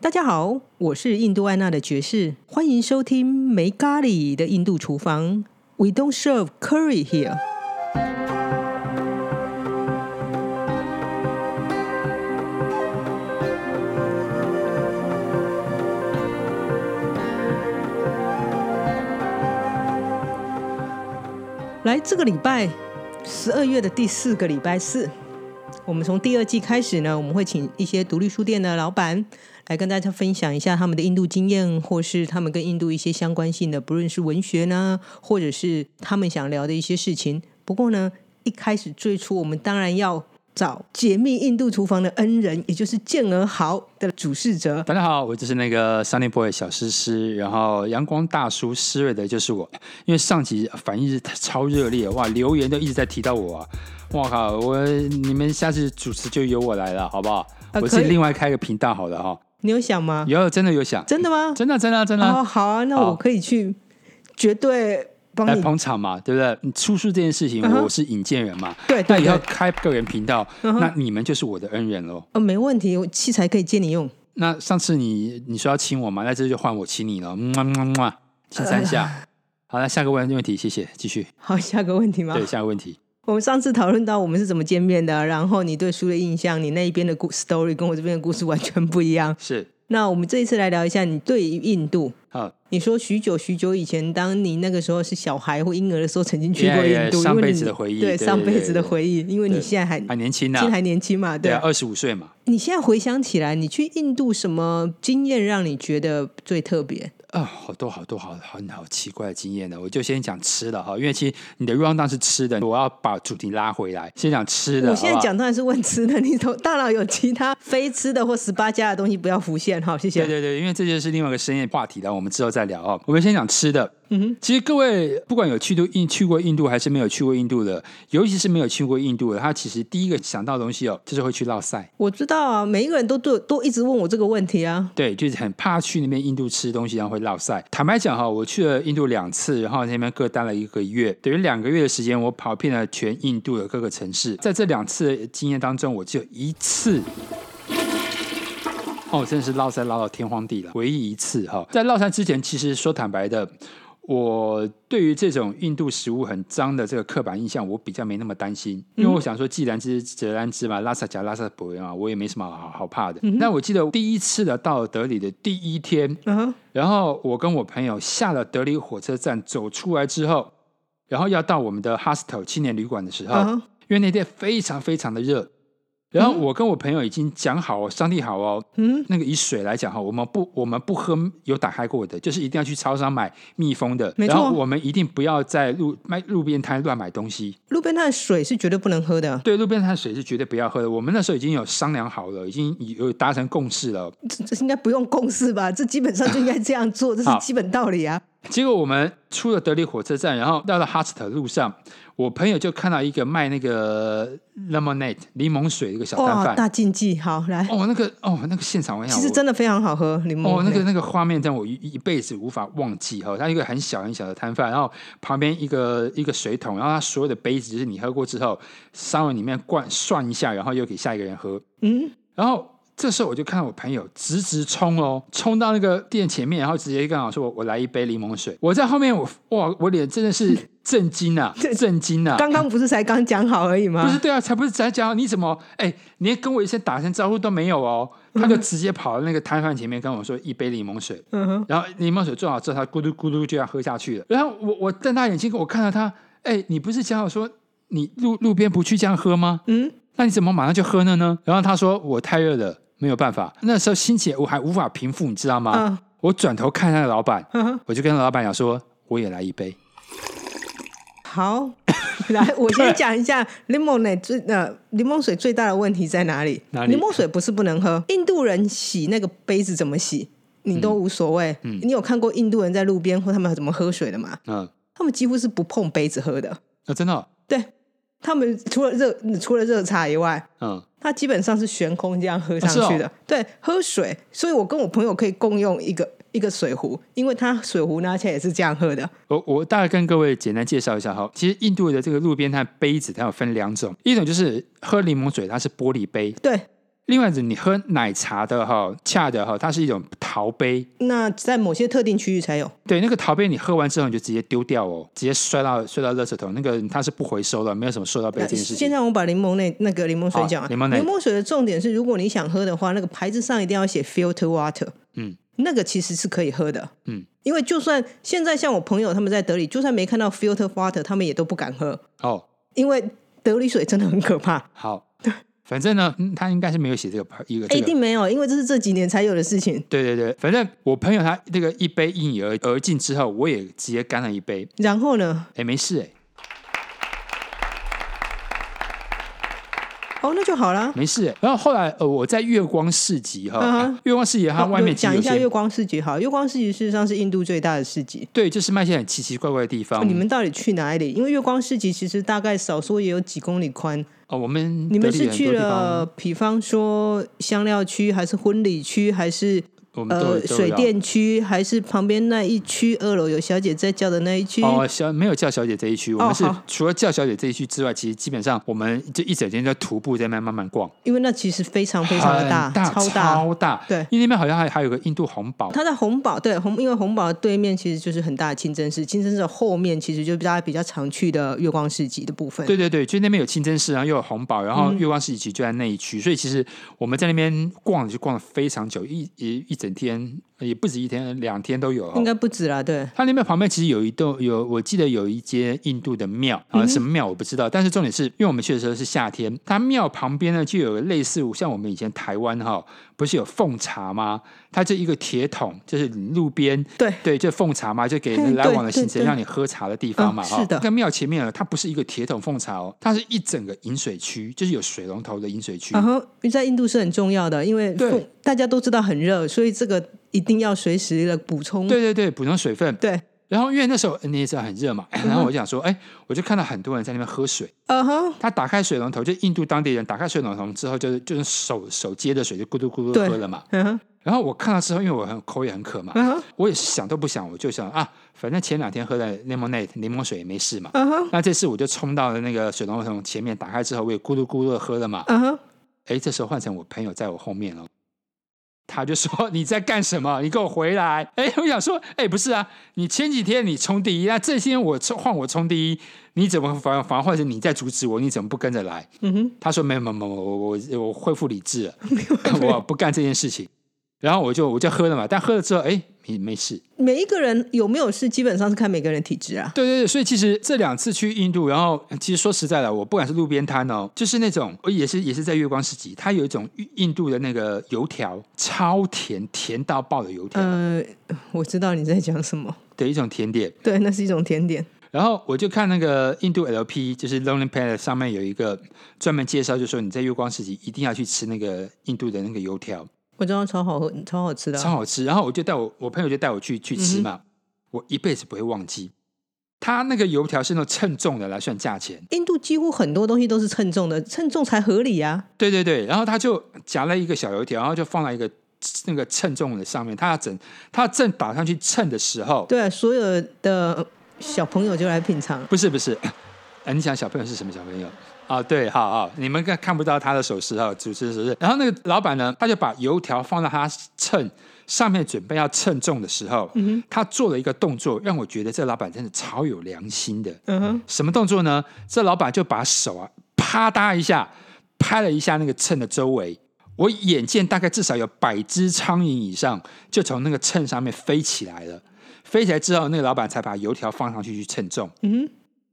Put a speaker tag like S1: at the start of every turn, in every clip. S1: 大家好，我是印度安娜的爵士，欢迎收听没咖喱的印度厨房。We don't serve curry here。来，这个礼拜十二月的第四个礼拜四，我们从第二季开始呢，我们会请一些独立书店的老板来跟大家分享一下他们的印度经验，或是他们跟印度一些相关性的，不论是文学呢，或者是他们想聊的一些事情。不过呢，一开始最初我们当然要找解密印度厨房的恩人，也就是健儿豪的主事者。
S2: 大家好，我就是那个 Sunny Boy 小诗诗，然后阳光大叔诗瑞的就是我，因为上集反应是超热烈，哇，留言都一直在提到我啊，哇靠，我你们下次主持就由我来了，好不好？
S1: 呃
S2: 我
S1: 可
S2: 是
S1: 以
S2: 另外开个频道好了哈、
S1: 你有想吗？
S2: 有真的有想，
S1: 真的吗？
S2: 真的真的真的、
S1: 哦，好啊，那
S2: 好
S1: 我可以去，绝对帮
S2: 来
S1: 你。
S2: 捧场嘛，对不对？你出书这件事情，
S1: 哦嗯哼
S2: 我是引荐人嘛，
S1: 对
S2: 那
S1: 对
S2: 以后
S1: 对，
S2: 开个人频道，
S1: 嗯哼
S2: 那你们就是我的恩人喽。
S1: 呃，没问题，我器材可以借你用。
S2: 那上次你你说要亲我嘛，那这就换我亲你了，嗯么么么，亲三 下。好，那下个问问题，谢谢，继续。
S1: 好，下个问题吗？
S2: 对，下一个问题，
S1: 我们上次讨论到我们是怎么见面的，然后你对书的印象，你那一边的故 story 跟我这边的故事完全不一样。
S2: 是
S1: 那我们这一次来聊一下你对于印度。
S2: 好，
S1: 你说许久许久以前，当你那个时候是小孩或婴儿的时候，曾经去过
S2: Yeah, yeah,
S1: 印度
S2: yeah，
S1: 因为
S2: 上辈
S1: 你
S2: 子的回忆
S1: 对
S2: 对
S1: 上辈子的
S2: 对对
S1: 回忆，因为你
S2: 对
S1: 现在还
S2: 还年轻
S1: 现
S2: 呢、
S1: 在还年轻嘛，
S2: 对
S1: 对
S2: 啊，。二十五岁嘛，
S1: 你现在回想起来，你去印度什么经验让你觉得最特别？
S2: 啊、好多好多好很好奇怪的经验呢。我就先讲吃的哈，因为其实你的 round down 是吃的，我要把主题拉回来，先讲吃的。
S1: 我现在
S2: 好不好
S1: 讲当然是问吃的，你头大脑有其他非吃的或十八加的东西不要浮现，好，谢谢。
S2: 对对对，因为这就是另外一个深夜话题了，我们之后再聊哦。我们先讲吃的。嗯哼，其实各位不管有去都印去过印度还是没有去过印度的，尤其是没有去过印度的，他其实第一个想到的东西哦，就是会去落塞。
S1: 我知道啊，每一个人都对都一直问我这个问题啊。
S2: 对，就是很怕去那边印度吃东西，然后会落塞。坦白讲哈、我去了印度两次，然后在那边各待了一个月，等于两个月的时间，我跑遍了全印度的各个城市。在这两次的经验当中，我只有一次。哦，真的是落塞落到天荒地老，唯一一次哈、在落塞之前，其实说坦白的，我对于这种印度食物很脏的这个刻板印象，我比较没那么担心，因为我想说，既然之则然之嘛，拉萨加拉萨不嘛，我也没什么好好怕的。那我记得第一次的到德里的第一天，
S1: 嗯哼，
S2: 然后我跟我朋友下了德里火车站，走出来之后，然后要到我们的 hostel 青年旅馆的时候，
S1: 嗯哼，
S2: 因为那天非常非常的热。然后我跟我朋友已经讲好哦，上帝好哦，
S1: 嗯，
S2: 那个以水来讲哈，我们不我们不喝有打开过的，就是一定要去超商买密封的，
S1: 没错
S2: 然后我们一定不要在路卖路边摊乱买东西，
S1: 路边摊的水是绝对不能喝的，
S2: 对，路边摊水是绝对不要喝的。我们那时候已经有商量好了，已经有达成共识了。
S1: 这这应该不用公示吧？这基本上就应该这样做，这是
S2: 好
S1: 基本道理啊。
S2: 结果我们出了德里火车站，然后到了哈斯特路上，我朋友就看到一个卖那个 lemonade 柠檬水的一个小摊
S1: 哇，
S2: 贩。
S1: 哦大禁忌，好来，
S2: 哦，那个哦，那个现场我想
S1: 其实
S2: 我
S1: 真的非常好喝，柠檬
S2: 哦，那个那个画面让我一一辈子无法忘记哈、哦。它一个很小很小的摊贩，然后旁边一个一个水桶，然后它所有的杯子就是你喝过之后，稍微里面灌涮一下，然后又给下一个人喝。
S1: 嗯，
S2: 然后这时候我就看到我朋友直直冲哦，冲到那个店前面，然后直接跟我说：“我我来一杯柠檬水。”我在后面我，哇，我脸真的是震惊 啊，震惊啊！
S1: 刚刚不是才刚讲好而已吗？
S2: 不是对啊，才不是才讲你怎么哎，连跟我一声打声招呼都没有哦，他就直接跑到那个摊贩前面跟我说一杯柠檬水，
S1: 嗯哼，
S2: 然后柠檬水做好之后，他咕噜咕噜就要喝下去了。然后我我瞪大眼睛，我看到他，哎，你不是讲好说你路路边不去这样喝吗？
S1: 嗯，
S2: 那你怎么马上就喝了呢？然后他说我太热了，没有办法。那时候心情我还无法平复，你知道吗？
S1: 嗯
S2: 我转头看那个老板，
S1: 嗯哼，
S2: 我就跟老板讲说我也来一杯。
S1: 好， 来，我先讲一下柠檬呢最呃柠檬水最大的问题在哪里？
S2: 哪里
S1: 柠檬水不是不能喝，印度人洗那个杯子怎么洗，你都无所谓。你有看过印度人在路边或他们怎么喝水的吗？
S2: 嗯，
S1: 他们几乎是不碰杯子喝的，
S2: 那、真的哦、
S1: 对他们除了热除了热茶以外。
S2: 嗯，
S1: 它基本上是悬空这样喝上
S2: 啊是哦
S1: 去的，对，喝水，所以我跟我朋友可以共用一个一个水壶，因为他水壶拿起来也是这样喝的，
S2: 我我大概跟各位简单介绍一下哈，其实印度的这个路边摊杯子它有分两种，一种就是喝柠檬水，它是玻璃杯，
S1: 对，
S2: 另外，你喝奶茶的哈，恰的哈，它是一种陶杯，
S1: 那在某些特定区域才有。
S2: 对，那个陶杯你喝完之后你就直接丢掉哦，直接摔到摔到垃圾桶，那个它是不回收的，没有什么塑料杯这件事
S1: 现
S2: 情。
S1: 在我把柠檬那那个柠檬水讲
S2: 好
S1: 完，
S2: 柠檬奶
S1: 水的重点是，如果你想喝的话，那个牌子上一定要写 filter water，
S2: 嗯，
S1: 那个其实是可以喝的，
S2: 嗯，
S1: 因为就算现在像我朋友他们在德里，就算没看到 filter water，他们也都不敢喝，
S2: 哦，
S1: 因为德里水真的很可怕。
S2: 好，反正呢，嗯他应该是没有写这个牌一个
S1: 哎，
S2: 这
S1: 一
S2: 个
S1: 定没有，因为这是这几年才有的事情。
S2: 对对对，反正我朋友他那个一杯一饮而而尽之后，我也直接干了一杯，
S1: 然后呢？
S2: 哎，没事哎，
S1: 哦，那就好啦。
S2: 没事哎。然后后来呃，我在月光市集哈，
S1: 嗯
S2: 月光市集它
S1: 好，
S2: 外面其实
S1: 讲
S2: 有
S1: 一下月
S2: 些
S1: 光市集好，月光市集事实上是印度最大的市集。
S2: 对，就是卖一些很奇奇怪怪的地方。
S1: 哦你们到底去哪里？因为月光市集其实大概少说也有几公里宽，
S2: 哦，我们
S1: 你
S2: 德
S1: 们
S2: 里
S1: 是
S2: 很
S1: 去
S2: 多地方
S1: 了，，比方说香料区，还是婚礼区，还是
S2: 我们都有
S1: 呃
S2: 都有
S1: 水
S2: 要
S1: 电区，还是旁边那一区二楼有小姐在叫的那一区？
S2: 哦，小没有叫小姐这一区，我
S1: 哦
S2: 们是
S1: 好
S2: 除了叫小姐这一区之外，其实基本上我们就一整天在徒步在那边慢慢逛，
S1: 因为那其实非常非常的大，
S2: 很大
S1: 超大。
S2: 超大，
S1: 对
S2: 因为那边好像还还有个印度红堡，
S1: 它在红堡对红，因为红堡的对面其实就是很大的清真寺，清真寺的后面其实就是大家比较常去的月光市集的部分。
S2: 对对对，就那边有清真寺，然后又有红堡，然
S1: 嗯
S2: 后月光市集就在那一区，所以其实我们在那边逛就逛了非常久，一一一整天也不止一天，两天都有、哦
S1: 应。该不止啦，对。
S2: 它那边旁边其实有一栋有，我记得有一间印度的庙
S1: 嗯
S2: 啊，什么庙我不知道，但是重点是因为我们去的时候是夏天，它庙旁边呢就有个类似像我们以前台湾哈、不是有奉茶吗？它就一个铁桶，就是你路边
S1: 对
S2: 对，就奉茶嘛，就给
S1: 嘿
S2: 来
S1: 对
S2: 往的
S1: 对
S2: 行程
S1: 对
S2: 让你喝茶的地方嘛
S1: 嗯
S2: 哈、
S1: 是的
S2: 那庙前面呢，它不是一个铁桶奉茶哦，它是一整个饮水区，就是有水龙头的饮水区。
S1: 然后在印度是很重要的，因为
S2: 对
S1: 风大家都知道很热，所以这个一定要随时的补充。
S2: 对对对，补充水分。
S1: 对，
S2: 然后因为那时候你也知道很热嘛，然后我就想说，哎，我就看到很多人在那边喝水。
S1: 嗯哼，
S2: 他打开水龙头，就印度当地人打开水龙头之后，就是就是手手接着水就咕嘟咕嘟
S1: 对
S2: 喝了嘛。
S1: 嗯哼，
S2: 然后我看到之后，因为我很口也很渴嘛，
S1: 嗯哼，
S2: 我也是想都不想，我就想啊，反正前两天喝的 lemonade 柠檬水也没事嘛。
S1: 嗯哼，
S2: 那这次我就冲到了那个水龙头前面，打开之后我也咕嘟咕嘟的喝了嘛。
S1: 嗯哼，
S2: 哎，这时候换成我朋友在我后面了，哦他就说你在干什么？你给我回来！ 哎，我想说，哎，不是啊，你前几天你冲第一，那这些我冲换我冲第一，你怎么反反而换成你在阻止我？你怎么不跟着来？
S1: 嗯哼，
S2: 他说没有没有没有，我我我我恢复理智了，我不干这件事情。然后我就我就喝了嘛，但喝了之后，哎，没没事。
S1: 每一个人有没有事，基本上是看每个人体质啊。
S2: 对对对，所以其实这两次去印度，然后其实说实在的，我不管是路边摊哦，就是那种我也是也是在月光市集，它有一种印印度的那个油条，超甜，甜到爆的油条、
S1: 呃，我知道你在讲什么，
S2: 的一种甜点。
S1: 对，那是一种甜点。
S2: 然后我就看那个印度 LP，就是 Lonely Planet 上面有一个专门介绍，就说你在月光市集一定要去吃那个印度的那个油条。
S1: 我知道超好喝，超好吃的
S2: 超
S1: 啊。
S2: 好吃。然后我就带我我朋友就带我去去吃嘛，我一辈子不会忘记。它那个油条是那种称重的来算价钱，
S1: 印度几乎很多东西都是称重的，称重才合理啊。
S2: 对对对，然后他就夹了一个小油条，然后就放在一个那个称重的上面，他要整他正打上去称的时候，
S1: 对啊，所有的小朋友就来品尝。
S2: 不是不 是，呃你想小朋友是什么小朋友？啊，对，好好，你们看看不到他的手势哈，主持人手势。然后那个老板呢，他就把油条放到他秤上面，准备要称重的时候，他做了一个动作，让我觉得这老板真的超有良心的。
S1: 嗯哼，
S2: 什么动作呢？这老板就把手啊啪嗒一下拍了一下那个秤的周围，我眼见大概至少有百只苍蝇以上就从那个秤上面飞起来了。飞起来之后，那个老板才把油条放上去去称重。
S1: 嗯，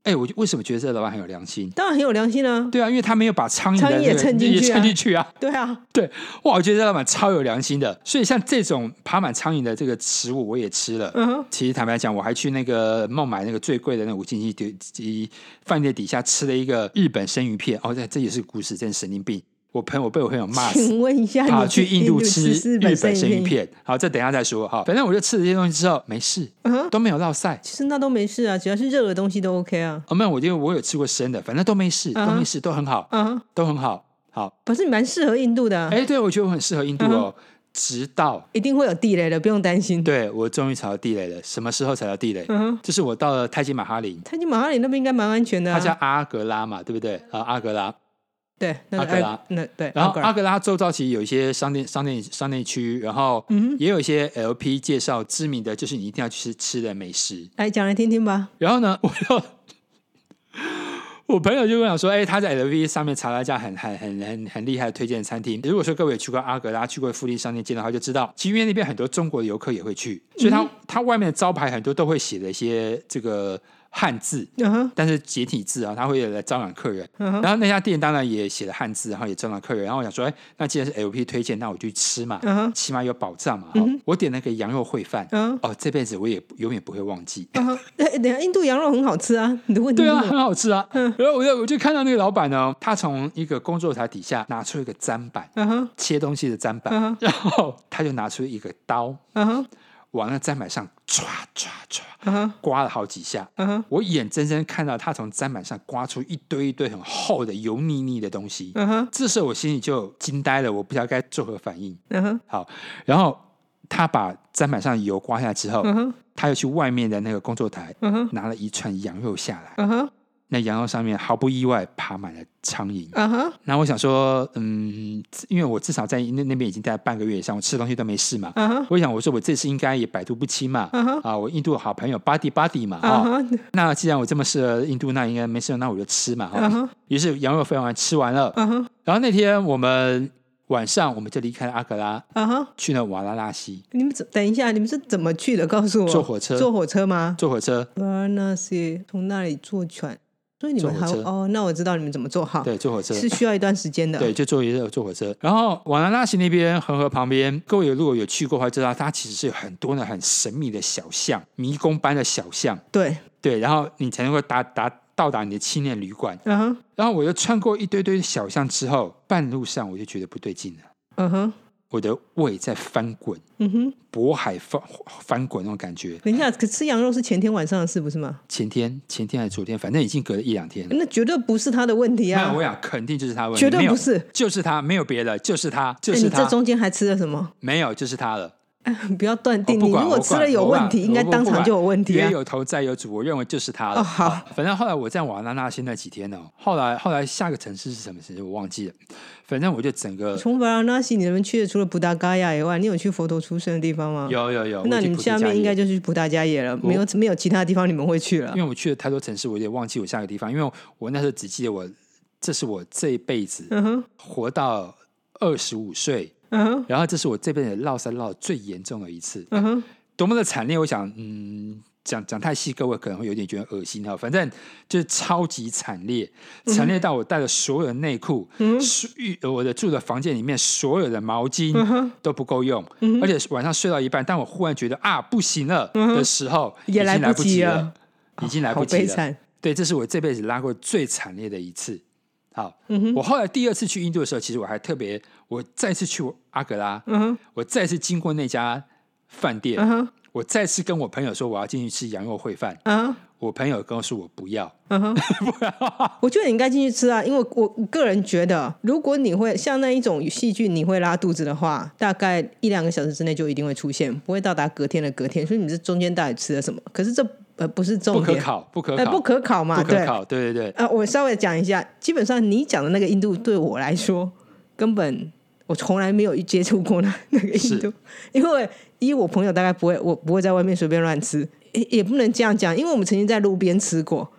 S2: 哎，我就为什么觉得这个老板很有良心？
S1: 当然很有良心啊。
S2: 对啊，因为他没有把苍蝇的、那
S1: 苍
S2: 个、
S1: 蝇也蹭进去啊
S2: 也蹭进去啊。
S1: 对啊，
S2: 对，哇，我觉得这老板超有良心的。所以像这种爬满苍蝇的这个食物，我也吃了。
S1: 嗯哼，
S2: 其实坦白讲，我还去那个孟买那个最贵的那五星级级饭店底下吃了一个日本生鱼片。哦，这这也是故事，真神经病！我朋友被我朋友 骂死。
S1: 请问一下，
S2: 跑
S1: 你
S2: 去印度吃
S1: 吃
S2: 日
S1: 本
S2: 本
S1: 生
S2: 生鱼？片，好，这等一下再说哈。反正我就吃了这些东西之后，没事，
S1: 嗯哼，
S2: 都没有落晒。
S1: 其实那都没事啊，只要是热的东西都 OK 啊。
S2: 哦，没有，我觉得我有吃过生的，反正都没事，都
S1: 嗯
S2: 没
S1: 哼
S2: 事，都很好，
S1: 啊，
S2: 都很好。好，
S1: 可是你蛮适合印度的啊、
S2: 哎，对，我觉得我很适合印度哦。
S1: 嗯
S2: 直到
S1: 一定会有地雷的，不用担心。，
S2: 对我终于踩到地雷了，什么时候踩到地雷？
S1: 嗯哼，
S2: 就是我到了泰姬玛哈林，
S1: 泰姬玛哈里那边应该蛮安全的、
S2: 它叫
S1: 啊。
S2: 阿格拉嘛，对不对？啊，阿格拉。
S1: 对，那
S2: 阿格拉
S1: 个那对，
S2: 然后
S1: 阿格
S2: 啊
S1: 拉
S2: 阿格拉周遭其实有一些商店、商店、商店区，然后
S1: 嗯
S2: 也有一些 LP 介绍知名的，就是你一定要去吃吃的美食。
S1: 来哎讲来听听吧。
S2: 然后呢，我 又我朋友就跟我讲说，哎、他在 LV 上面查了一家很很很很很厉害的推荐餐厅。如果说各位有去过阿格拉、去过富丽商店街的话，就知道，其实因为那边很多中国的游客也会去，
S1: 嗯
S2: 所以它它外面的招牌很多都会写了一些这个汉字。
S1: 嗯哼，
S2: 但是简体字啊，它会来招揽客人。
S1: 嗯
S2: 然后那家店当然也写了汉字，然后也招揽客人。然后我想说，哎，那既然是 LP 推荐，那我去吃嘛，
S1: 嗯哼
S2: 起码有保障嘛。哈我点了个羊肉烩饭，
S1: 嗯
S2: 哦，这辈子我也不永远不会忘记。
S1: 嗯哼，哎等一下印度羊肉很好吃啊，你的问题是
S2: 对啊，
S1: 什么？
S2: 很好吃啊。
S1: 嗯
S2: 然后我就我就看到那个老板呢，他从一个工作台底下拿出一个砧板，
S1: 嗯哼，
S2: 切东西的砧板，
S1: 嗯哼
S2: 然后他就拿出一个刀，
S1: 嗯哼，
S2: 往那砧板上唰唰唰
S1: 嗯哼，
S2: 刮了好几下。
S1: 嗯哼，
S2: 我眼睁睁看到他从砧板上刮出一堆一堆很厚的油腻腻的东西，
S1: 嗯哼，
S2: 这时候我心里就惊呆了，我不知道该作何反应。
S1: 嗯哼，
S2: 好，然后他把砧板上的油刮下来之后，
S1: 嗯哼，
S2: 他又去外面的那个工作台
S1: 嗯哼，
S2: 拿了一串羊肉下来，
S1: 嗯哼，
S2: 那羊肉上面毫不意外爬满了苍蝇。
S1: 嗯哼，
S2: 然后我想说，嗯，因为我至少在那那边已经待了半个月以上，我吃东西都没事嘛。
S1: 嗯哼，
S2: 我想，我说我这次应该也百毒不侵嘛。
S1: 嗯哼
S2: 啊，我印度好朋友 Buddy Buddy 嘛，啊、
S1: 嗯哼，
S2: 那既然我这么适合印度，那应该没事，那我就吃嘛。
S1: 嗯
S2: 哈、
S1: 哼，
S2: 于是羊肉饭完吃完了，
S1: 嗯哼，
S2: 然后那天我们晚上我们就离开了阿格拉，
S1: 嗯哼，
S2: 去了瓦拉纳西，
S1: 你们怎等一下，你们是怎么去的？告诉我。
S2: 坐火车
S1: 坐火车吗
S2: 坐火车，
S1: ？Varanasi 从那里坐船，所以你们
S2: 坐
S1: 还
S2: 火车
S1: 哦，那我知道你们怎么做好，
S2: 对，坐火车。
S1: 是需要一段时间的。
S2: 对，，就坐一个坐火车，然后瓦拉纳西那边恒河旁边，各位如果有去过的话，知道它其实是有很多的很神秘的小巷，迷宫般的小巷，
S1: 对，
S2: 对，然后你才能够达达到达你的青年旅馆。
S1: 嗯哼，
S2: 然后我又穿过一堆堆小巷之后，半路上我就觉得不对劲了，
S1: 嗯哼，
S2: 我的胃在翻滚，
S1: 嗯哼。
S2: 渤海翻翻滚那种感觉。
S1: 等一下，可吃羊肉是前天晚上的事，不是吗？
S2: 前天、前天还是昨天，反正已经隔了一两天了。
S1: 那绝对不是他的问题
S2: 那
S1: 啊！
S2: 我想肯定就是他的问题，
S1: 绝对
S2: 没有
S1: 不是，
S2: 就是他，没有别的，就是他，就
S1: 哎，
S2: 是
S1: 你
S2: 他
S1: 这，中间还吃了什么？
S2: 没有就是他了。
S1: 哎，不要断定，
S2: 哦我不
S1: 你
S2: 管
S1: 如果
S2: 我不
S1: 吃
S2: 管
S1: 了有
S2: 我不
S1: 问
S2: 管
S1: 题，应该
S2: 我不
S1: 当
S2: 不
S1: 场
S2: 管
S1: 就有问题
S2: 冤
S1: 啊！
S2: 有头债有主，我认为就是他了。
S1: 哦好
S2: 啊反正后来我在瓦拉纳西那几天哦，后来后来下个城市是什么城市我忘记了，反正我就整个
S1: 从 Varanasi 你们去的除了布达嘎亚以外，你有去佛陀出生的地方吗？。
S2: 有有有，
S1: 那
S2: 我去
S1: 你们
S2: 葡萄
S1: 下
S2: 牙
S1: 面应
S2: 也
S1: 该就是布达加野了，没有没有其他地方你们会去了
S2: 因。为我去了太多城市，我有点忘记我下个地方，因为我那时候只记得我这是我这一辈子
S1: 嗯哼，
S2: 活到二十五岁，
S1: 嗯哼，
S2: 然后这是我这辈子落三落最严重的一次，
S1: 嗯哼，
S2: 多么的惨烈！我想，嗯，讲讲太细，各位可能会有点觉得恶心哈，反正就是超级惨烈，惨烈到我带的所有的内裤，
S1: 嗯
S2: 所浴我的住的房间里面所有的毛巾
S1: 嗯
S2: 都不够用，而且晚上睡到一半，当我忽然觉得啊不行了的时候，已
S1: 嗯也
S2: 经
S1: 来
S2: 来
S1: 不
S2: 不
S1: 及
S2: 及
S1: 了
S2: 了，已经来
S1: 好
S2: 不及
S1: 悲
S2: 了。
S1: 惨。
S2: 对，这是我这辈子拉过最惨烈的一次。好，
S1: 嗯
S2: 我后来第二次去印度的时候，其实我还特别，我再次去阿格拉，
S1: 嗯哼，
S2: 我再次经过那家饭店，
S1: 嗯哼，
S2: 我再次跟我朋友说我要进去吃羊肉烩饭，
S1: 嗯哼，
S2: 我朋友告诉我不要，
S1: 嗯哼。我觉得你应该进去吃啊，因为我我个人觉得，如果你会像那一种戏剧，你会拉肚子的话，大概一两个小时之内就一定会出现，不会到达隔天的隔天。所以你这中间到底吃了什么？可是这呃不是
S2: 不
S1: 重
S2: 可
S1: 点，
S2: 考，不可
S1: 呃
S2: 考，
S1: 不可考嘛，
S2: 不可
S1: 对。
S2: 考，对对对，
S1: 呃，我稍微讲一下，基本上你讲的那个印度对我来说，根本我从来没有接触过那那个印度， 因为一我朋友大概不会，我不会在外面随便乱吃，也也不能这样讲，因为我们曾经在路边吃过，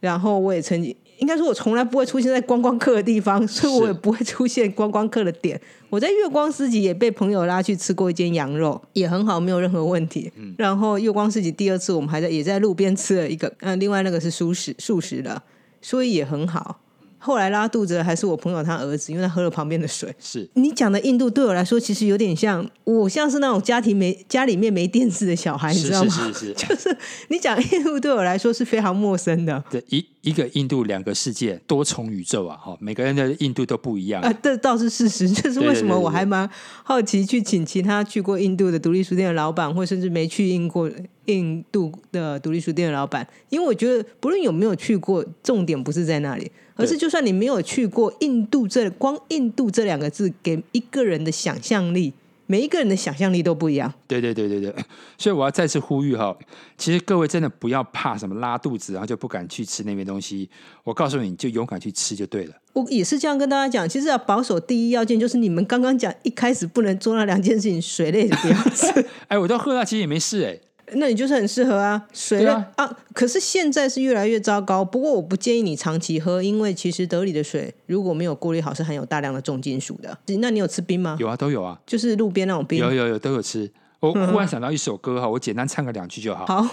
S1: 然后我也曾经。应该说，我从来不会出现在观光客的地方，所以我也不会出现观光客的点。我在月光市集也被朋友拉去吃过一间羊肉，嗯也很好，没有任何问题。然后月光市集第二次，我们还在也在路边吃了一个，嗯、另外那个是素食素食的，所以也很好。后来拉肚子的还是我朋友他儿子，因为他喝了旁边的水。
S2: 是
S1: 你讲的印度对我来说，其实有点像我像是那种家庭没家里面没电视的小孩，哎你
S2: 是
S1: 知道
S2: 是
S1: 吗？
S2: 是是，
S1: 就是你讲印度对我来说是非常陌生的
S2: 这一一个印度，两个世界，多重宇宙啊，哈，每个人的印度都不一样
S1: 啊，，这倒是事实。 这是为什
S2: 对对对
S1: 么
S2: 对
S1: 我还蛮好奇去请其他去过印度的独立书店的老板，或甚至没去印过印度的独立书店的老板，因为我觉得不论有没有去过，重点不是在那里，而是就算你没有去过印度这光印度这两个字，给一个人的想象力每一个人的想象力都不一样。
S2: 对对对对 对，所以我要再次呼吁哈，其实各位真的不要怕什么拉肚子，然后就不敢去吃那边东西。我告诉你，你就勇敢去吃就对了。
S1: 我也是这样跟大家讲，其实啊，保守第一要件就是你们刚刚讲一开始不能做那两件事情，水类也不要吃，
S2: 哎，我到喝到其实也没事哎、
S1: 那你就是很适合啊，水类
S2: 对
S1: 啊
S2: 啊
S1: 可是现在是越来越糟糕，不过我不建议你长期喝，因为其实德里的水如果没有过滤好，是含有大量的重金属的。那你有吃冰吗？
S2: 有啊，都有啊，
S1: 就是路边那种冰。
S2: 有有有都有吃。我忽然想到一首歌哈，我简单唱个两句就好，
S1: 好，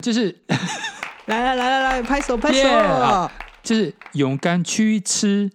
S2: 就是
S1: 来来来来来，拍手拍手
S2: Yeah，好就是勇敢去吃，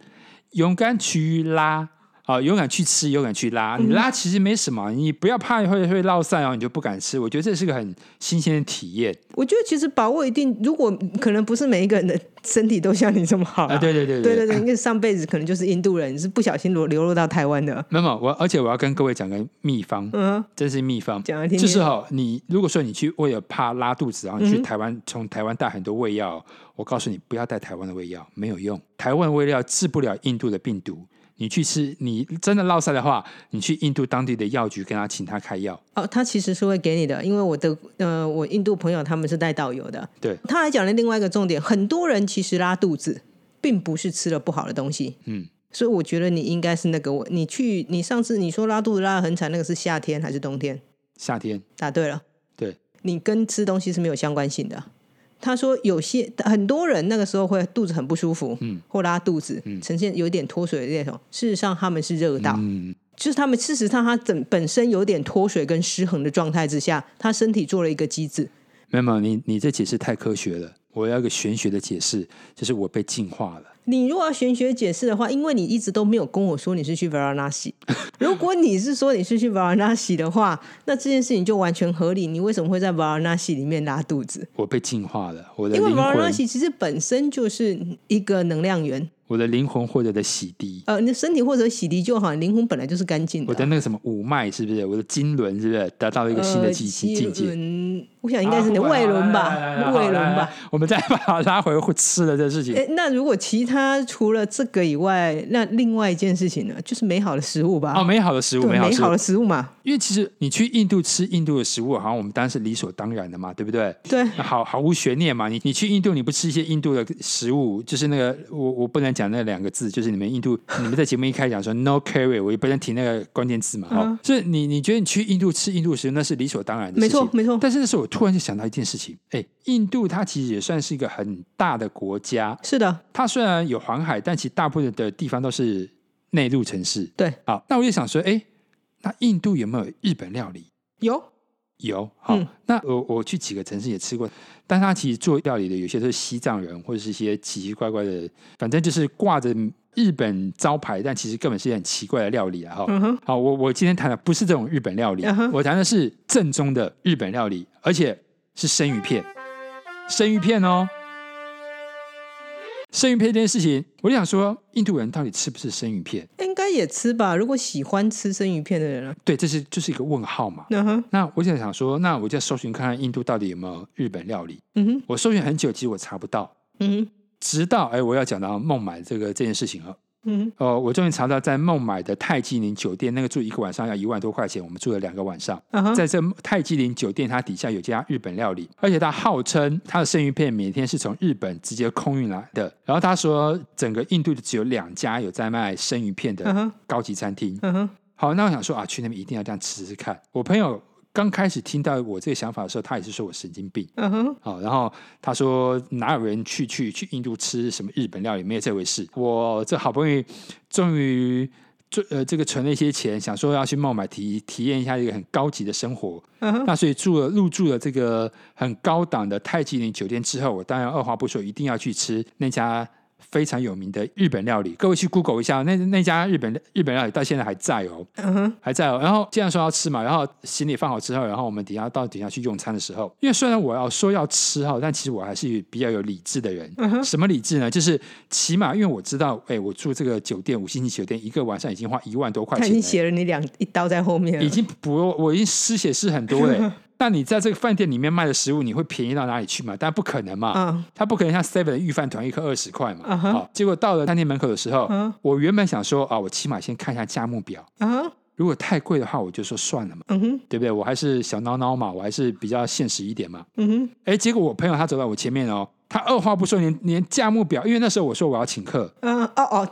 S2: 勇敢去拉。啊、勇敢去吃，勇敢去拉。你拉其实没什么，你不要怕会会落散哦，你就不敢吃。我觉得这是个很新鲜的体验
S1: 我觉得其实把握一定，如果可能不是每一个人的身体都像你这么好、
S2: 啊！对对对
S1: 对对对，因为上辈子可能就是印度人，你是不小心流流落到台湾的。
S2: 那么我，而且我要跟各位讲个秘方，
S1: 嗯，
S2: 真是秘方，
S1: 讲来听听嗯
S2: 就是哈、你如果说你去为了怕拉肚子，然后你去台湾，从台湾带很多胃药，我告诉你，不要带台湾的胃药，没有用，台湾胃药治不了印度的病毒。你去吃，你真的落塞的话，你去印度当地的药局跟他请他开药。
S1: 哦，他其实是会给你的，因为我的呃，我印度朋友他们是带导游的。
S2: 对，
S1: 他还讲了另外一个重点，很多人其实拉肚子，并不是吃了不好的东西。
S2: 嗯，
S1: 所以我觉得你应该是那个我，你去你上次你说拉肚子拉的很惨，那个是夏天还是冬天？
S2: 夏天，
S1: 答对了。
S2: 对，
S1: 你跟吃东西是没有相关性的。他说有些很多人那个时候会肚子很不舒服，
S2: 嗯，
S1: 或拉肚子，呈现有点脱水的那种。事实上他们是热到，
S2: 嗯，
S1: 就是他们事实上他整本身有点脱水跟失衡的状态之下，他身体做了一个机制。
S2: 没有，没有你你这解释太科学了。我要一个玄学的解释，就是我被进化了。
S1: 你如果要玄学解释的话，因为你一直都没有跟我说你是去 Varanasi，如果你是说你是去 Varanasi 的话，那这件事情就完全合理。你为什么会在 Varanasi 里面拉肚子？
S2: 我被进化了，我的
S1: 因为
S2: 灵魂，
S1: Varanasi 其实本身就是一个能量源，
S2: 我的灵魂获得的洗涤。
S1: 呃，你的身体或者洗涤就好，灵魂本来就是干净
S2: 我
S1: 的。
S2: 的那个什么五脉是不是？我的金轮是不是达到了一个新的境
S1: 呃
S2: 境境界？
S1: 轮我想应该是你的
S2: 啊
S1: 胃轮吧
S2: 来来来来，
S1: 胃
S2: 来来
S1: 轮
S2: 来
S1: 吧。
S2: 我们再把它拉回吃的这事情。
S1: 诶，那如果其他除了这个以外，那另外一件事情呢，就是美好的食物吧。
S2: 哦，美好的食物，
S1: 对，
S2: 美好
S1: 美
S2: 食
S1: 好
S2: 物
S1: 的。食物嘛，
S2: 因为其实你去印度吃印度的食物，好像我们当然是理所当然的嘛，对不对？
S1: 对，
S2: 那毫毫无悬念嘛。你你去印度，你不吃一些印度的食物，就是那个我我不能讲那两个字，就是你们印度你们在节目一开始讲说 no carry，我也不能提那个关键字嘛。
S1: 嗯
S2: 哦，所以你你觉得你去印度吃印度食物那是理所当然的
S1: 没
S2: 事情，
S1: 错没错，
S2: 但是那时候我突然就想到一件事情，哎，印度它其实也算是一个很大的国家，
S1: 是的，
S2: 它虽然有航海，但其实大部分的地方都是内陆城市。
S1: 对，
S2: 好，那我就想说，哎，那印度有没有日本料理？
S1: 有
S2: 有，好，
S1: 嗯
S2: 那我我去几个城市也吃过，但它其实做料理的有些都是西藏人，或者是一些奇奇怪怪的，反正就是挂着日本招牌，但其实根本是很奇怪的料理啊，哈、
S1: 嗯哼
S2: 好，我我今天谈的不是这种日本料理
S1: 嗯哼
S2: 我谈的是正宗的日本料理，而且是生鱼片，生鱼片哦。生鱼片这件事情，我就想说，印度人到底吃不吃生鱼片？
S1: 应该也吃吧。如果喜欢吃生鱼片的人啊，
S2: 对，这是就是一个问号嘛。
S1: 嗯哼，
S2: 那我就想说，那我就搜寻看看印度到底有没有日本料理。
S1: 嗯哼，
S2: 我搜寻很久，其实我查不到，
S1: 嗯哼，
S2: 直到哎，我要讲到孟买这个这件事情了。
S1: 嗯哼，
S2: 哦，我终于查到，在孟买的泰姬陵酒店，那个住一个晚上要一万多块钱，我们住了两个晚上。
S1: 啊哈，
S2: 在这泰姬陵酒店，它底下有家日本料理，而且它号称它的生鱼片每天是从日本直接空运来的。然后他说，整个印度只有两家有在卖生鱼片
S1: 嗯
S2: 的
S1: 哼
S2: 高级餐厅。
S1: 嗯哼，
S2: 好，那我想说啊，去那边一定要这样吃吃看。我朋友刚开始听到我这个想法的时候，他也是说我神经病。
S1: 嗯哼，
S2: 好，然后他说哪有人去去去印度吃什么日本料理，没有这回事。我这好不容易终于这呃这个存了一些钱，想说要去孟买体体验一下一个很高级的生活。
S1: 嗯哼，
S2: 那所以住了入住了这个很高档的泰姬陵酒店之后，我当然二话不说一定要去吃那家。非常有名的日本料理，各位去 Google 一下，那那家日本日本料理到现在还在哦。
S1: 嗯哼，
S2: 还在哦。然后既然说要吃嘛，然后行李放好之后，然后我们等一下到底下去用餐的时候，因为虽然我要说要吃哈，但其实我还是比较有理智的人。
S1: 嗯
S2: 什么理智呢？就是起码因为我知道，哎，我住这个酒店五星级酒店，一个晚上已经花一万多块
S1: 他已
S2: 钱
S1: 经
S2: 了，
S1: 写了你两一刀在后面了，
S2: 已经不我已经失血失很 多了。那你在这个饭店里面卖的食物，你会便宜到哪里去嘛？当然不可能嘛。
S1: 嗯
S2: 他不可能像 Seven 的预饭团一颗二十块嘛。
S1: 啊哈
S2: 好，结果到了餐厅门口的时候
S1: 嗯
S2: 啊我原本想说啊，我起码先看一下价目表，
S1: 啊哈，
S2: 如果太贵的话，我就说算了嘛，
S1: 嗯哼，
S2: 对不对？我还是小孬孬嘛，我还是比较现实一点嘛。
S1: 嗯哼，
S2: 哎，结果我朋友他走到我前面哦，他二话不说连连价目表，因为那时候我说我要请客，
S1: 嗯，哦哦，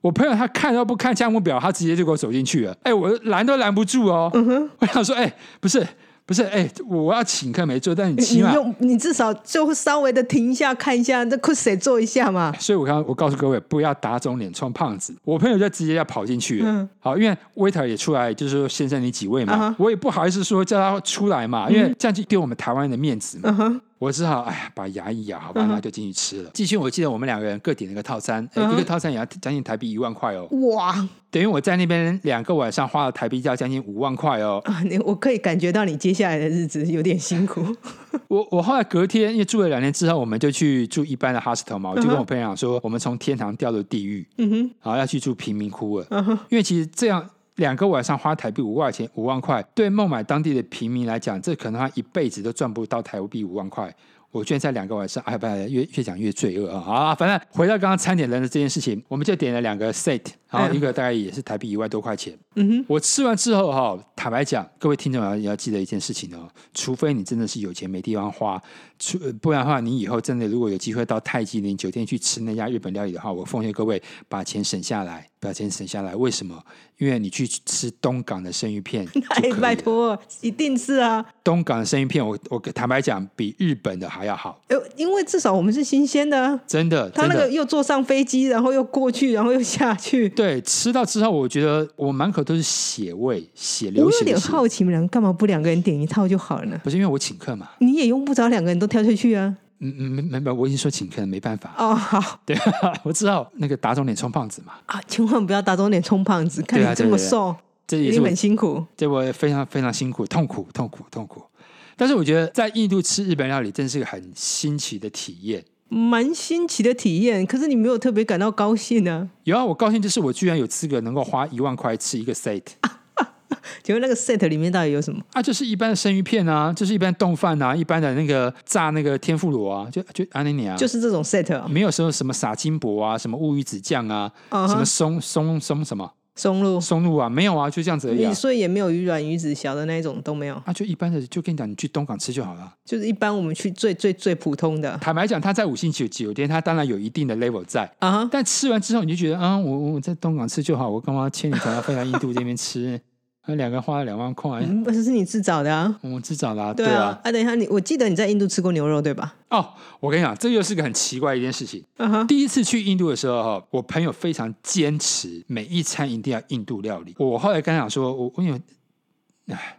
S2: 我朋友他看都不看价目表，他直接就给我走进去了。哎，我拦都拦不住哦。
S1: 嗯
S2: 我想说，哎，不是不是，哎，我要请客没错，但你
S1: 嗯你你
S2: 起码。
S1: 用你至少就稍微的停一下看一下，这酷谁做一下嘛？
S2: 所以我刚我告诉各位，不要打肿脸充胖子。我朋友就直接要跑进去了。
S1: 嗯
S2: 好，因为 waiter 也出来，就是说先生你几位嘛
S1: 啊哈
S2: 我也不好意思说叫他出来嘛，因为这样就丢我们台湾人的面子嘛。
S1: 嗯哼，
S2: 我只好哎呀，把牙一咬，好吧
S1: 嗯哼
S2: 那就进去吃了。进去我记得我们两个人各点了一个套餐，哎
S1: 嗯哼
S2: 一个套餐也要将近台币一万块哦，
S1: 哇
S2: 等于我在那边两个晚上花了台币要将近五万块哦。
S1: 啊！你我可以感觉到你接下来的日子有点辛 苦。
S2: 我我后来隔天，因为住了两天之后，我们就去住一般的 hostel 嘛，我就跟我朋友讲说，我们从天堂掉入地狱，
S1: 嗯哼，
S2: 然后要去住贫民窟了。
S1: 嗯 哼，
S2: 因为其实这样两个晚上花台币五万钱五万块，对孟买当地的平民来讲，这可能他一辈子都赚不到台币五万块。我居然在两个晚上，哎，不，越越讲越罪恶啊！好啊，反正回到刚刚餐点人的这件事情，我们就点了两个 set，然后
S1: 嗯
S2: 一个大概也是台币一万多块钱。
S1: 嗯哼，
S2: 我吃完之后哈、坦白讲，各位听众要要记得一件事情哦，除非你真的是有钱没地方花，除呃不然的话，你以后真的如果有机会到泰姬陵酒店去吃那家日本料理的话，我奉劝各位把钱省下来，把钱省下来。为什么？因为你去吃东港的生 鱼片就可以啊
S1: 哎，
S2: 了
S1: 拜，托，一定是啊！
S2: 东港的生鱼片我我坦白讲比日本的还要好，
S1: 呃，因为至少我们是新鲜的啊，
S2: 真的，
S1: 他
S2: 真
S1: 那
S2: 的。
S1: 个又坐上飞机，然后又过去，然后又下去。
S2: 对，吃到之后，我觉得我满口都是血味，血
S1: 我
S2: 流
S1: 有
S2: 血的
S1: 点
S2: 血，
S1: 好奇，你们干嘛不两个人点一套就好了呢？
S2: 不是因为我请客嘛？
S1: 你也用不着两个人都挑下去啊。
S2: 嗯嗯，没没没，我已经说请客了，没办法。
S1: 哦，好
S2: 对，我知道那个打肿脸充胖子嘛，
S1: 啊，千万不要打肿脸充胖子，看
S2: 对啊
S1: 你这么
S2: 对对对
S1: 瘦，
S2: 这
S1: 一
S2: 也是
S1: 定
S2: 我
S1: 很辛苦。
S2: 这我非常非常辛苦，痛苦痛苦痛苦。但是我觉得在印度吃日本料理真是个很新奇的体验。
S1: 蛮新奇的体验，可是你没有特别感到高兴呢、
S2: 有啊，我高兴就是我居然有资格能够花一万块吃一个 set
S1: 请问那个 set 里面到底有什么？
S2: 啊，就是一般的生鱼片啊，就是一般冻饭啊，一般的那个炸那个天妇罗啊，就就安妮尼啊，
S1: 就是这种 set 啊、
S2: 没有什么什么撒金箔啊，什么乌鱼子酱啊，
S1: 嗯哼
S2: 什么松松松什么
S1: 松露，
S2: 松露啊，没有啊，就这样子而已啊
S1: 你。所以也没有鱼软鱼子小的那一种都没有，
S2: 啊，就一般的，就跟你讲，你去东港吃就好了。
S1: 就是一般我们去最最最普通的
S2: 坦白讲，他在五星级酒店，他当然有一定的 level 在，
S1: 啊哈。
S2: 但吃完之后你就觉得，啊、我我我在东港吃就好，我干嘛千里迢迢飞到印度这边吃？ 那两个人花了两万块，
S1: 嗯，不是是你自找的啊。
S2: 我们自找啦、
S1: 对啊
S2: 啊，。
S1: 啊，等一下，你我记得你在印度吃过牛肉对吧？
S2: 哦，我跟你讲，这又是个很奇怪的一件事情。
S1: 啊哈，
S2: 第一次去印度的时候，哈，我朋友非常坚持每一餐一定要印度料理。我后来跟他讲说，我我有，唉，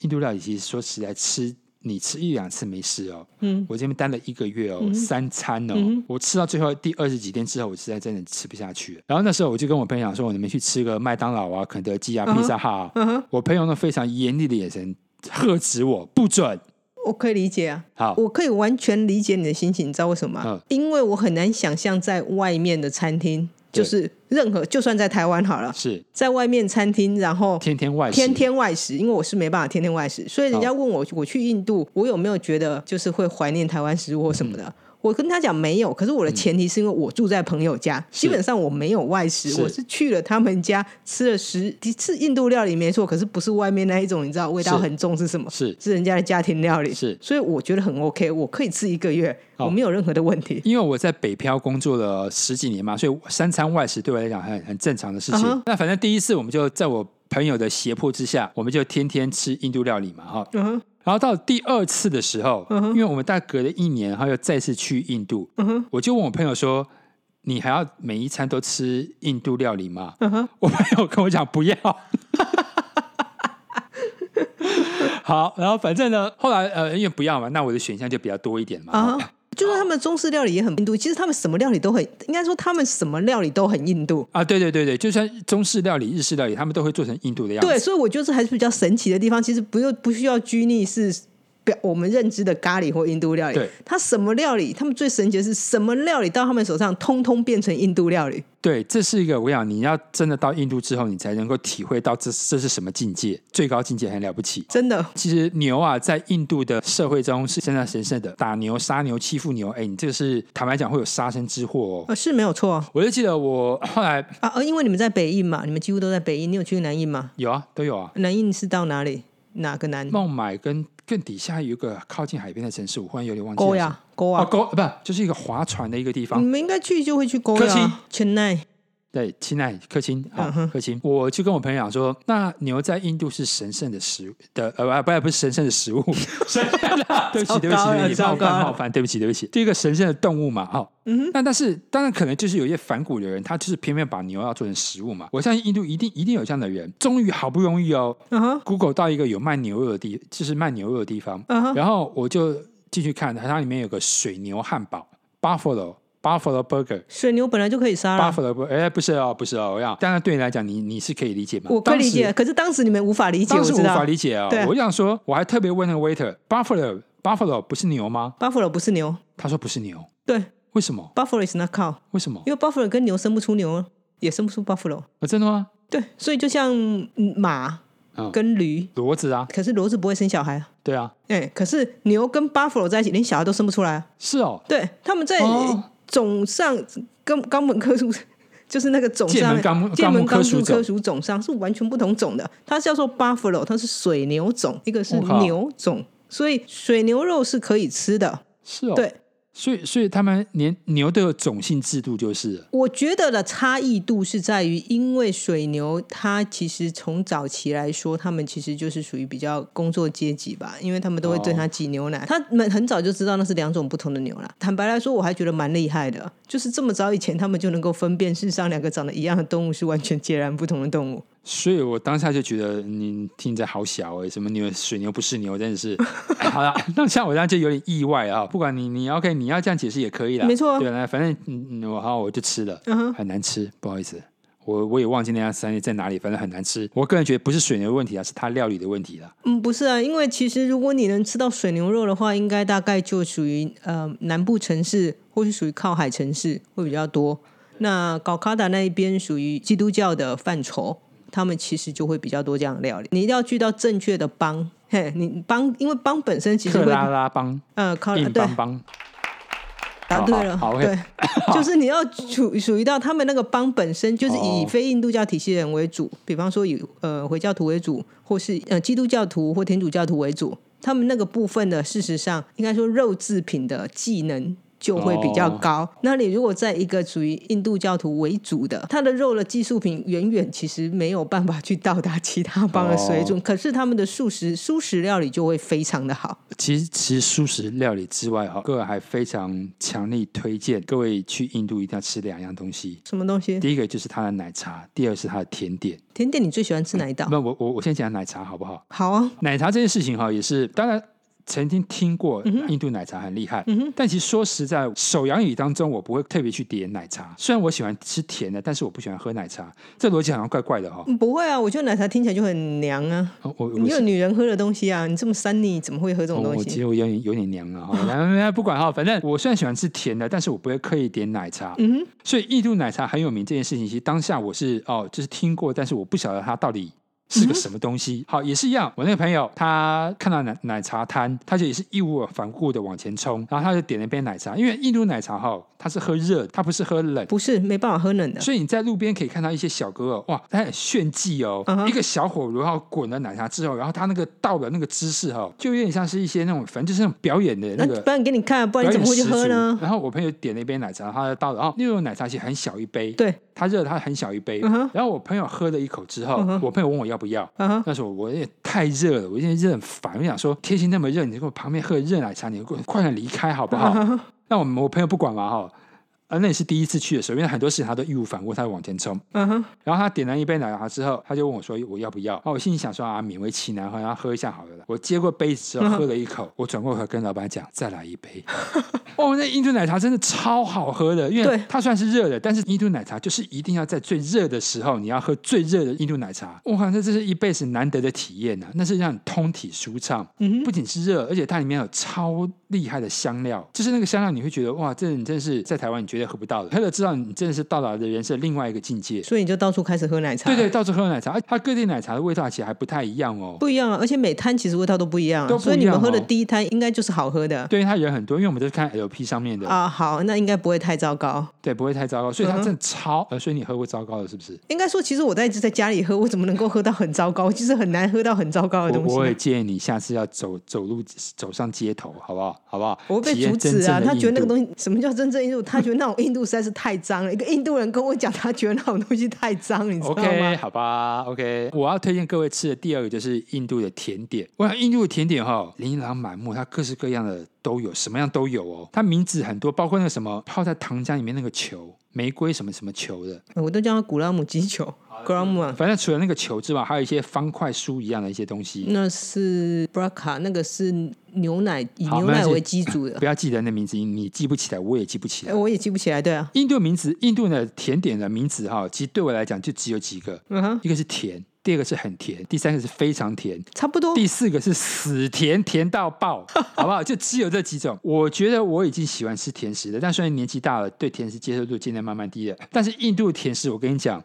S2: 印度料理其实说实在吃。你吃一两次没事哦，
S1: 嗯，
S2: 我这边待了一个月哦，三餐哦，
S1: 嗯
S2: 我吃到最后第二十几天之后，我实在真的吃不下去了。然后那时候我就跟我朋友讲说，我们去吃个麦当劳啊、肯德基啊、
S1: 嗯哼
S2: 披萨哈、
S1: 嗯哼，
S2: 我朋友用非常严厉的眼神呵斥我，不准。
S1: 我可以理解啊。
S2: 好，
S1: 我可以完全理解你的心情，你知道为什么吗？
S2: 嗯
S1: 因为我很难想象在外面的餐厅，就
S2: 对
S1: 是任何，就算在台湾好了，
S2: 是
S1: 在外面餐厅，然后
S2: 天天外食，
S1: 天天外食，因为我是没办法天天外食，所以人家问我我去印度，我有没有觉得就是会怀念台湾食物或什么的？
S2: 嗯
S1: 我跟他讲没有，可是我的前提是因为我住在朋友家，基本上我没有外食，
S2: 是
S1: 我是去了他们家吃了十吃印度料理没错，可是不是外面那一种，你知道味道
S2: 是
S1: 很重是什么？
S2: 是
S1: 是人家的家庭料理，
S2: 是
S1: 所以我觉得很 OK，我可以吃一个月，
S2: 好
S1: 我没有任何的问题。
S2: 因为我在北漂工作了十几年嘛，所以三餐外食对我来讲很很正常的事情。
S1: 嗯哼
S2: 那反正第一次我们就在我朋友的胁迫之下，我们就天天吃印度料理嘛，哈。
S1: 嗯哼，
S2: 然后到第二次的时候，
S1: 嗯哼
S2: 因为我们大概隔了一年，然后又再次去印度，
S1: 嗯哼，
S2: 我就问我朋友说：“你还要每一餐都吃印度料理吗？”
S1: 嗯哼，
S2: 我朋友跟我讲不要。 好，然后反正呢，后来呃，因为不要嘛，那我的选项就比较多一点嘛。
S1: 啊哈。就算他们中式料理也很印度，其实他们什么料理都很，应该说他们什么料理都很印度。
S2: 啊，对对对对，就像中式料理、日式料理，他们都会做成印度的样子。
S1: 对，所以我觉得这还是比较神奇的地方。其实不用不需要拘泥是表我们认知的咖喱或印度料理
S2: 对，
S1: 它什么料理，他们最神奇的是什么料理到他们手上，通通变成印度料理。
S2: 对，这是一个我跟你讲，你要真的到印度之后，你才能够体会到这这是什么境界，最高境界很了不起。
S1: 真的，
S2: 其实牛啊，在印度的社会中是相当神圣的，打牛、杀牛、欺负牛，哎，你这个是坦白讲会有杀身之祸哦。
S1: 呃，是没有错啊
S2: 我就记得我后来
S1: 啊，呃因为你们在北印嘛，你们几乎都在北印，你有去南印吗？
S2: 有啊，都有啊，
S1: 南印是到哪里？哪个南？
S2: 孟买跟更底下有一个靠近海边的城市，我忽然有点忘记了
S1: 沟呀，沟
S2: 哦，
S1: 啊，
S2: 沟不就是一个划船的一个地方
S1: 你。们应该去就会去沟
S2: 科钦
S1: 呀。前奈，
S2: 对，亲爱克钦啊
S1: 嗯，哼
S2: 克钦，我就跟我朋友讲说，那牛在印度是神圣的食物的，呃，不，不是神圣的 食物，神圣的，对不起，对不
S1: 糟糕了
S2: 起，你冒
S1: 糟糕
S2: 犯
S1: 了
S2: 冒犯，对不起，对不起，这个神圣的动物嘛，哈、嗯，那但是当然可能就是有一些反骨的人，他就是偏偏把牛要做成食物嘛，我相信印度一定一定有这样的人，终于好不容易哦
S1: 嗯哼，
S2: ，Google 到一个有卖牛肉的地，就是卖牛肉的地方，
S1: 嗯哼，
S2: 然后我就进去看，它里面有个水牛汉堡，Buffalo Buffalo Burger。
S1: 水牛本来就可以杀了，
S2: Buffalo 不，哎，不是哦，不是哦，我要。当然对你来讲，你你是可以理解嘛？
S1: 我可以理
S2: 当
S1: 解，
S2: 时，
S1: 可是当时你们无法理解，我
S2: 当时
S1: 知
S2: 无法
S1: 道。
S2: 理解哦
S1: 对啊。
S2: 我想说，我还特别问那个 waiter Buffalo Buffalo 不是牛吗？
S1: Buffalo 不是牛，
S2: 他说不是牛，
S1: 对
S2: 为什么？
S1: ，Buffalo is not cow，
S2: 为什么？
S1: 因为 Buffalo 跟牛生不出牛，也生不出 Buffalo。
S2: 啊，真的吗？
S1: 对，所以就像嗯马
S2: 嗯
S1: 跟驴，
S2: 骡子啊，
S1: 可是骡子不会生小孩啊。
S2: 对啊，
S1: 哎，可是牛跟 Buffalo 在一起，连小孩都生不出来啊。
S2: 是哦。
S1: 对，他们在
S2: 哦
S1: 种上跟肛门科属，就是那个种
S2: 界
S1: 上
S2: 门
S1: 面
S2: 纲目
S1: 界
S2: 纲目
S1: 门
S2: 科
S1: 纲
S2: 属
S1: 属科
S2: 种，
S1: 属种上是完全不同种的。它叫做 Buffalo，它是水牛种，一个是
S2: 我靠
S1: 牛种，所以水牛肉是可以吃的。
S2: 是哦。
S1: 对，
S2: 所以所以他们连牛都有种姓制度，就是了
S1: 我觉得的差异度是在于，因为水牛它其实从早期来说，他们其实就是属于比较工作阶级吧，因为他们都会对它挤牛奶，他们很早就知道那是两种不同的牛啦。坦白来说，我还觉得蛮厉害的，就是这么早以前他们就能够分辨，世上两个长得一样的动物是完全截然不同的动物。
S2: 所以我当下就觉得你听着好小哎、什么牛水牛不是牛，真 的是。哎好了，那像我这样就有点意外啊。不管你你 OK，你要这样解释也可以啦，
S1: 没错啊
S2: 对，来，反正嗯嗯我好我就吃了，
S1: 嗯哼
S2: 很难吃，不好意思。我我也忘记那家餐厅在哪里，反正很难吃。我个人觉得不是水牛的问题啊，是它料理的问题啦。
S1: 嗯，不是啊，因为其实如果你能吃到水牛肉的话，应该大概就属于呃南部城市或是属于靠海城市会比较多。那高卡达那一边属于基督教的范畴，他们其实就会比较多这样的料理。你一定要去到正确的邦，嘿，你邦，因为邦本身其实
S2: 克
S1: 会
S2: 拉拉邦，
S1: 呃靠
S2: 硬
S1: 对
S2: 邦邦，
S1: 答对了，
S2: 好好好
S1: 对， 就是你要属属于到他们那个邦本身，就是以
S2: 哦
S1: 非印度教体系人为主，比方说以呃回教徒为主，或是呃基督教徒或天主教徒为主，他们那个部分的，事实上应该说肉制品的技能。就会比较
S2: 哦
S1: 高。那你如果在一个属于印度教徒为主的，它的肉的技术品远远其实没有办法去到达其他邦的水
S2: 哦
S1: 准，可是他们的素食素食料理就会非常的好。
S2: 其实，其实素食料理之外哈，个人还非常强力推荐各位去印度一定要吃两样东西。
S1: 什么东西？
S2: 第一个就是它的奶茶，第二是它的甜点。
S1: 甜点你最喜欢吃哪一道？
S2: 那我我我先讲奶茶好不好？
S1: 好啊，
S2: 奶茶这件事情哈，也是当然曾经听过
S1: 嗯
S2: 印度奶茶很厉害，但其实说实在，手摇饮当中我不会特别去点奶茶。虽然我喜欢吃甜的，但是我不喜欢喝奶茶，这逻辑好像怪怪的哈、
S1: 嗯不会啊，我觉得奶茶听起来就很娘啊，
S2: 哦。我
S1: 你
S2: 我
S1: 有女人喝的东西啊，你这么三腻，怎么会喝这种
S2: 哦我
S1: 东
S2: 我其
S1: 西？
S2: 实我有点有点娘了哈， 来来来不管哈，反正我虽然喜欢吃甜的，但是我不会刻意点奶茶。
S1: 嗯哼，
S2: 所以印度奶茶很有名这件事情，其实当下我是哦，就是听过，但是我不晓得它到底。是
S1: 嗯
S2: 个什么东西？好，也是一样。我那个朋友，他看到奶奶茶摊，他就也是义无反顾的往前冲，然后他就点了一杯奶茶。因为印度奶茶哈、它是喝热的，它不是喝冷，
S1: 不是，没办法喝冷的。
S2: 所以你在路边可以看到一些小哥哦，哇，他很炫技哦
S1: 嗯哼
S2: 一个小火炉然后滚了奶茶之后，然后他那个倒的那个姿势哦，就有点像是一些那种，反正就是那种表演的
S1: 那
S2: 那个
S1: 啊不然给你看，不然你怎么会去喝
S2: 表演十
S1: 呢
S2: 足？然后我朋友点了一杯奶茶，他就倒了。然后那种奶茶其实很小一杯，
S1: 对，
S2: 它热，它很小一杯。
S1: 嗯哼
S2: 然后我朋友喝了一口之后，
S1: 嗯哼
S2: 我朋友问我要不要。
S1: 啊哈，
S2: 那时候我有点太热了，我有点热很烦。我想说天气那么热，你给我旁边喝热奶茶，你给我快点离开好不好？
S1: 啊哈
S2: 那我们我朋友不管嘛哈，啊，那也是第一次去的时候，因为很多事情他都义无反顾，他会往前冲。
S1: 嗯哼，
S2: 然后他点燃一杯奶茶之后，他就问我说：“我要不要？”啊，我心里想说啊，勉为其难，然后喝一下好了啦。我接过杯子之后喝了一口，我转过头跟老板讲：“再来一杯。” 哦，那印度奶茶真的超好喝的，因为
S1: 对
S2: 它虽然是热的，但是印度奶茶就是一定要在最热的时候，你要喝最热的印度奶茶。我靠，那这是一辈子难得的体验呐、那是让你通体舒畅。不仅是热，而且它里面有超厉害的香料，就是那个香料你会觉得哇，这你真的是在台湾你绝对喝不到的，喝了知道你真的是到达了人生另外一个境界。
S1: 所以你就到处开始喝奶茶，
S2: 对对，，到处喝奶茶，啊它各地奶茶的味道其实还不太一样哦。
S1: 不一样啊，而且每摊其实味道都不一样、啊，
S2: 都不一样
S1: 所以你们喝的
S2: 哦
S1: 第一摊应该就是好喝的
S2: 对，因为它人很多，因为我们都是看 LP 上面的，
S1: 啊，好，那应该不会太糟糕。
S2: 对，不会太糟糕，所以它
S1: 嗯哼
S2: 真的超，呃，所以你喝过糟糕的，是不是？
S1: 应该说，其实我在在家里喝，我怎么能够喝到很糟糕？就是很难喝到很糟糕的
S2: 我
S1: 东西。
S2: 我也建议你下次要走走路走上街头，好不好？好不好？
S1: 我会
S2: 体
S1: 被
S2: 验
S1: 阻
S2: 真
S1: 止
S2: 正
S1: 啊！
S2: 的
S1: 他
S2: 印
S1: 觉得那个
S2: 度
S1: 东西什么叫真正印度？他觉得那种印度实在是太脏了。一个印度人跟我讲，他觉得那种东西太脏，你知道吗
S2: OK，好吧，OK。我要推荐各位吃的第二个就是印度的甜点。我想印度的甜点哈、琳琅满目，它各式各样的都有，什么样都有哦。它名字很多，包括那个什么泡在糖浆里面那个球，玫瑰什么什么球的。
S1: 我都叫他古拉姆鸡球 g r a m a
S2: 反正除了那个球之外，还有一些方块书一样的一些东西。
S1: 那是 Braca，那个是牛奶以
S2: 好
S1: 牛
S2: 没关
S1: 奶
S2: 系
S1: 为基础的。
S2: 不要记得那名字，你记不起来，我也记不起
S1: 哎，
S2: 来。
S1: 我也记不起来，对啊，
S2: 印度名字，印度的甜点的名字哈、其实对我来讲就只有几个，
S1: 嗯哼，
S2: 一个是甜，第二个是很甜，第三个是非常甜，
S1: 差不多。
S2: 第四个是死甜，甜到爆， 好不好？就只有这几种。我觉得我已经喜欢吃甜食了，但虽然年纪大了，对甜食接受度渐渐慢慢低了，但是印度甜食，我跟你讲，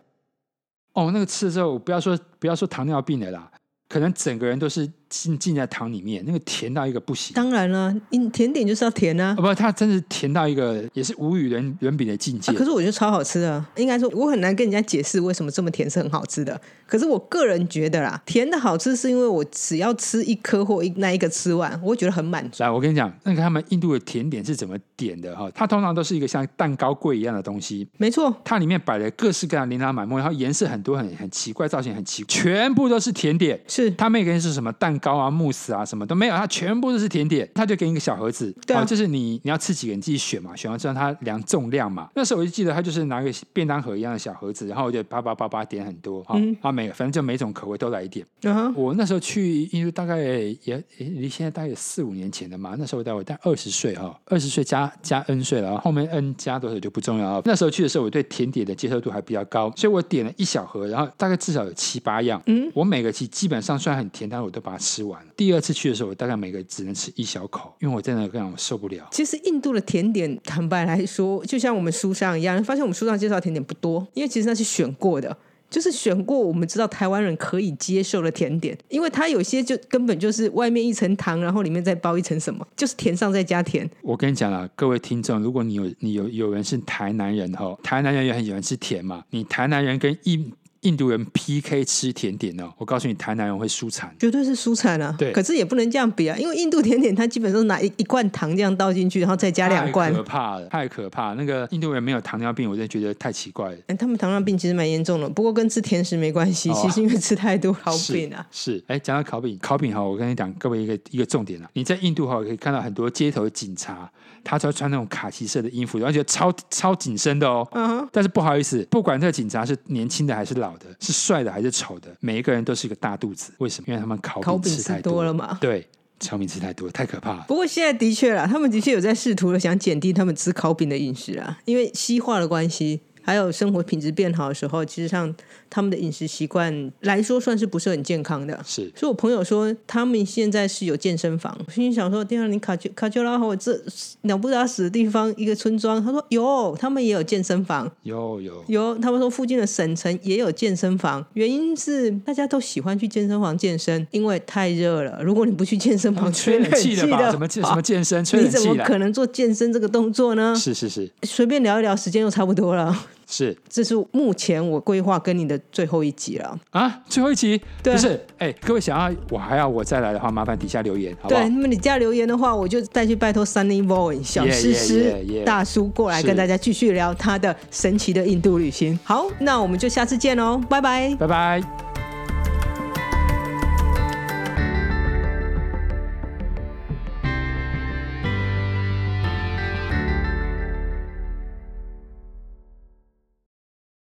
S2: 哦，那个吃了之后，不要说不要说糖尿病了啦，可能整个人都是浸浸在糖里面，那个甜到一个不行。
S1: 当然了，因甜点就是要甜啊
S2: 哦、。不，它真是甜到一个也是无与伦伦比的境界。
S1: 啊可是我觉得超好吃的，应该说我很难跟人家解释为什么这么甜是很好吃的。可是我个人觉得啦，甜的好吃是因为我只要吃一颗或一那一个吃完，我会觉得很满足。
S2: 来，我跟你讲，那个他们印度的甜点是怎么点的哈？它通常都是一个像蛋糕柜一样的东西，
S1: 没错，
S2: 它里面摆了各式各样琳琅满目，然后颜色很多，很很奇怪，造型很奇怪，全部都是甜点。
S1: 是
S2: 它每个人是什么蛋糕啊、慕斯啊，什么都没有，它全部都是甜点。它就给你一个小盒子，
S1: 对啊
S2: 哦就是你你要吃几个，你自己选嘛，选完之后它量重量嘛。那时候我就记得，它就是拿个便当盒一样的小盒子，然后我就叭叭叭叭点很多哈，然后每个反正就每种口味都来一点。
S1: 嗯哼，
S2: 我那时候去印度大概也也离现在大概有四五年前了嘛，那时候大概我大概二十岁哈，二十岁加加 n 岁了，啊后面 n 加多少就不重要了。啊那时候去的时候，我对甜点的接受度还比较高，所以我点了一小盒，然后大概至少有七八样。嗯，我每个其基本上虽然很甜，但是我都把它吃完了。第二次去的时候，我大概每个只能吃一小口，因为我真的跟你讲我受不了。
S1: 其实印度的甜点，坦白来说，就像我们书上一样，发现我们书上介绍的甜点不多，因为其实那是选过的，就是选过我们知道台湾人可以接受的甜点，因为它有些就根本就是外面一层糖，然后里面再包一层什么，就是甜上再加甜。
S2: 我跟你讲啦，各位听众，如果你有你有有人是台南人吼，台南人也很喜欢吃甜嘛，你台南人跟印印度人 PK 吃甜点哦，我告诉你，台南人会输惨。
S1: 绝对是蔬菜啊，
S2: 对
S1: 可是也不能这样比啊，因为印度甜点它基本上拿一一罐糖这样倒进去，然后再加两罐
S2: 太。可怕了，太可怕了！那个印度人没有糖尿病，我真的觉得太奇怪了。
S1: 哎他们糖尿病其实蛮严重的，不过跟吃甜食没关系，
S2: 哦啊
S1: 其实因为吃太多好饼啊。
S2: 是，是哎，讲到烤饼，烤饼哈，我跟你讲，各位一个一个重点啊，你在印度哈可以看到很多街头警察，他都穿那种卡其色的衣服，而且超超紧身的哦。
S1: 嗯哼，
S2: 但是不好意思，不管这个警察是年轻的还是老的，是帅的还是丑的，每一个人都是一个大肚子。为什么？因为他们烤
S1: 烤
S2: 饼
S1: 饼
S2: 吃
S1: 吃
S2: 太
S1: 多了嘛。
S2: 对，烤饼吃太多，太可怕了。
S1: 不过现在的确啦，他们的确有在试图的想减低他们吃烤饼的饮食啊，因为西化的关系，还有生活品质变好的时候，其实上他们的饮食习惯来说算是不是很健康的。
S2: 是
S1: 所以我朋友说他们现在是有健身房，我心里想说，天啊，你卡丘卡丘拉和这鸟不打死的地方一个村庄，他说有，他们也有健身房，
S2: 有有，
S1: 有，他们说附近的省城也有健身房，原因是大家都喜欢去健身房健身，因为太热了。如果你不去健身房
S2: 嗯吹
S1: 冷
S2: 冷气
S1: 气的
S2: 的吧？
S1: 话，
S2: 什么健什么健身，吹
S1: 你
S2: 冷
S1: 怎
S2: 气
S1: 么
S2: 的。
S1: 可能做健身这个动作呢？
S2: 是是是
S1: 随便聊一聊，时间又差不多了。
S2: 是
S1: 这是目前我规划跟你的最后一集了。
S2: 啊，最后一集
S1: 对
S2: 不是？哎，各位想要我还要我再来的话，麻烦底下留言，好不好
S1: 对，？那么你加留言的话，我就再去拜托 Sunny Boy 小
S2: Yeah,
S1: 诗
S2: yeah, yeah,
S1: 诗
S2: yeah
S1: 大叔过来
S2: 是
S1: 跟大家继续聊他的神奇的印度旅行。好，那我们就下次见喽，拜拜。
S2: 拜拜。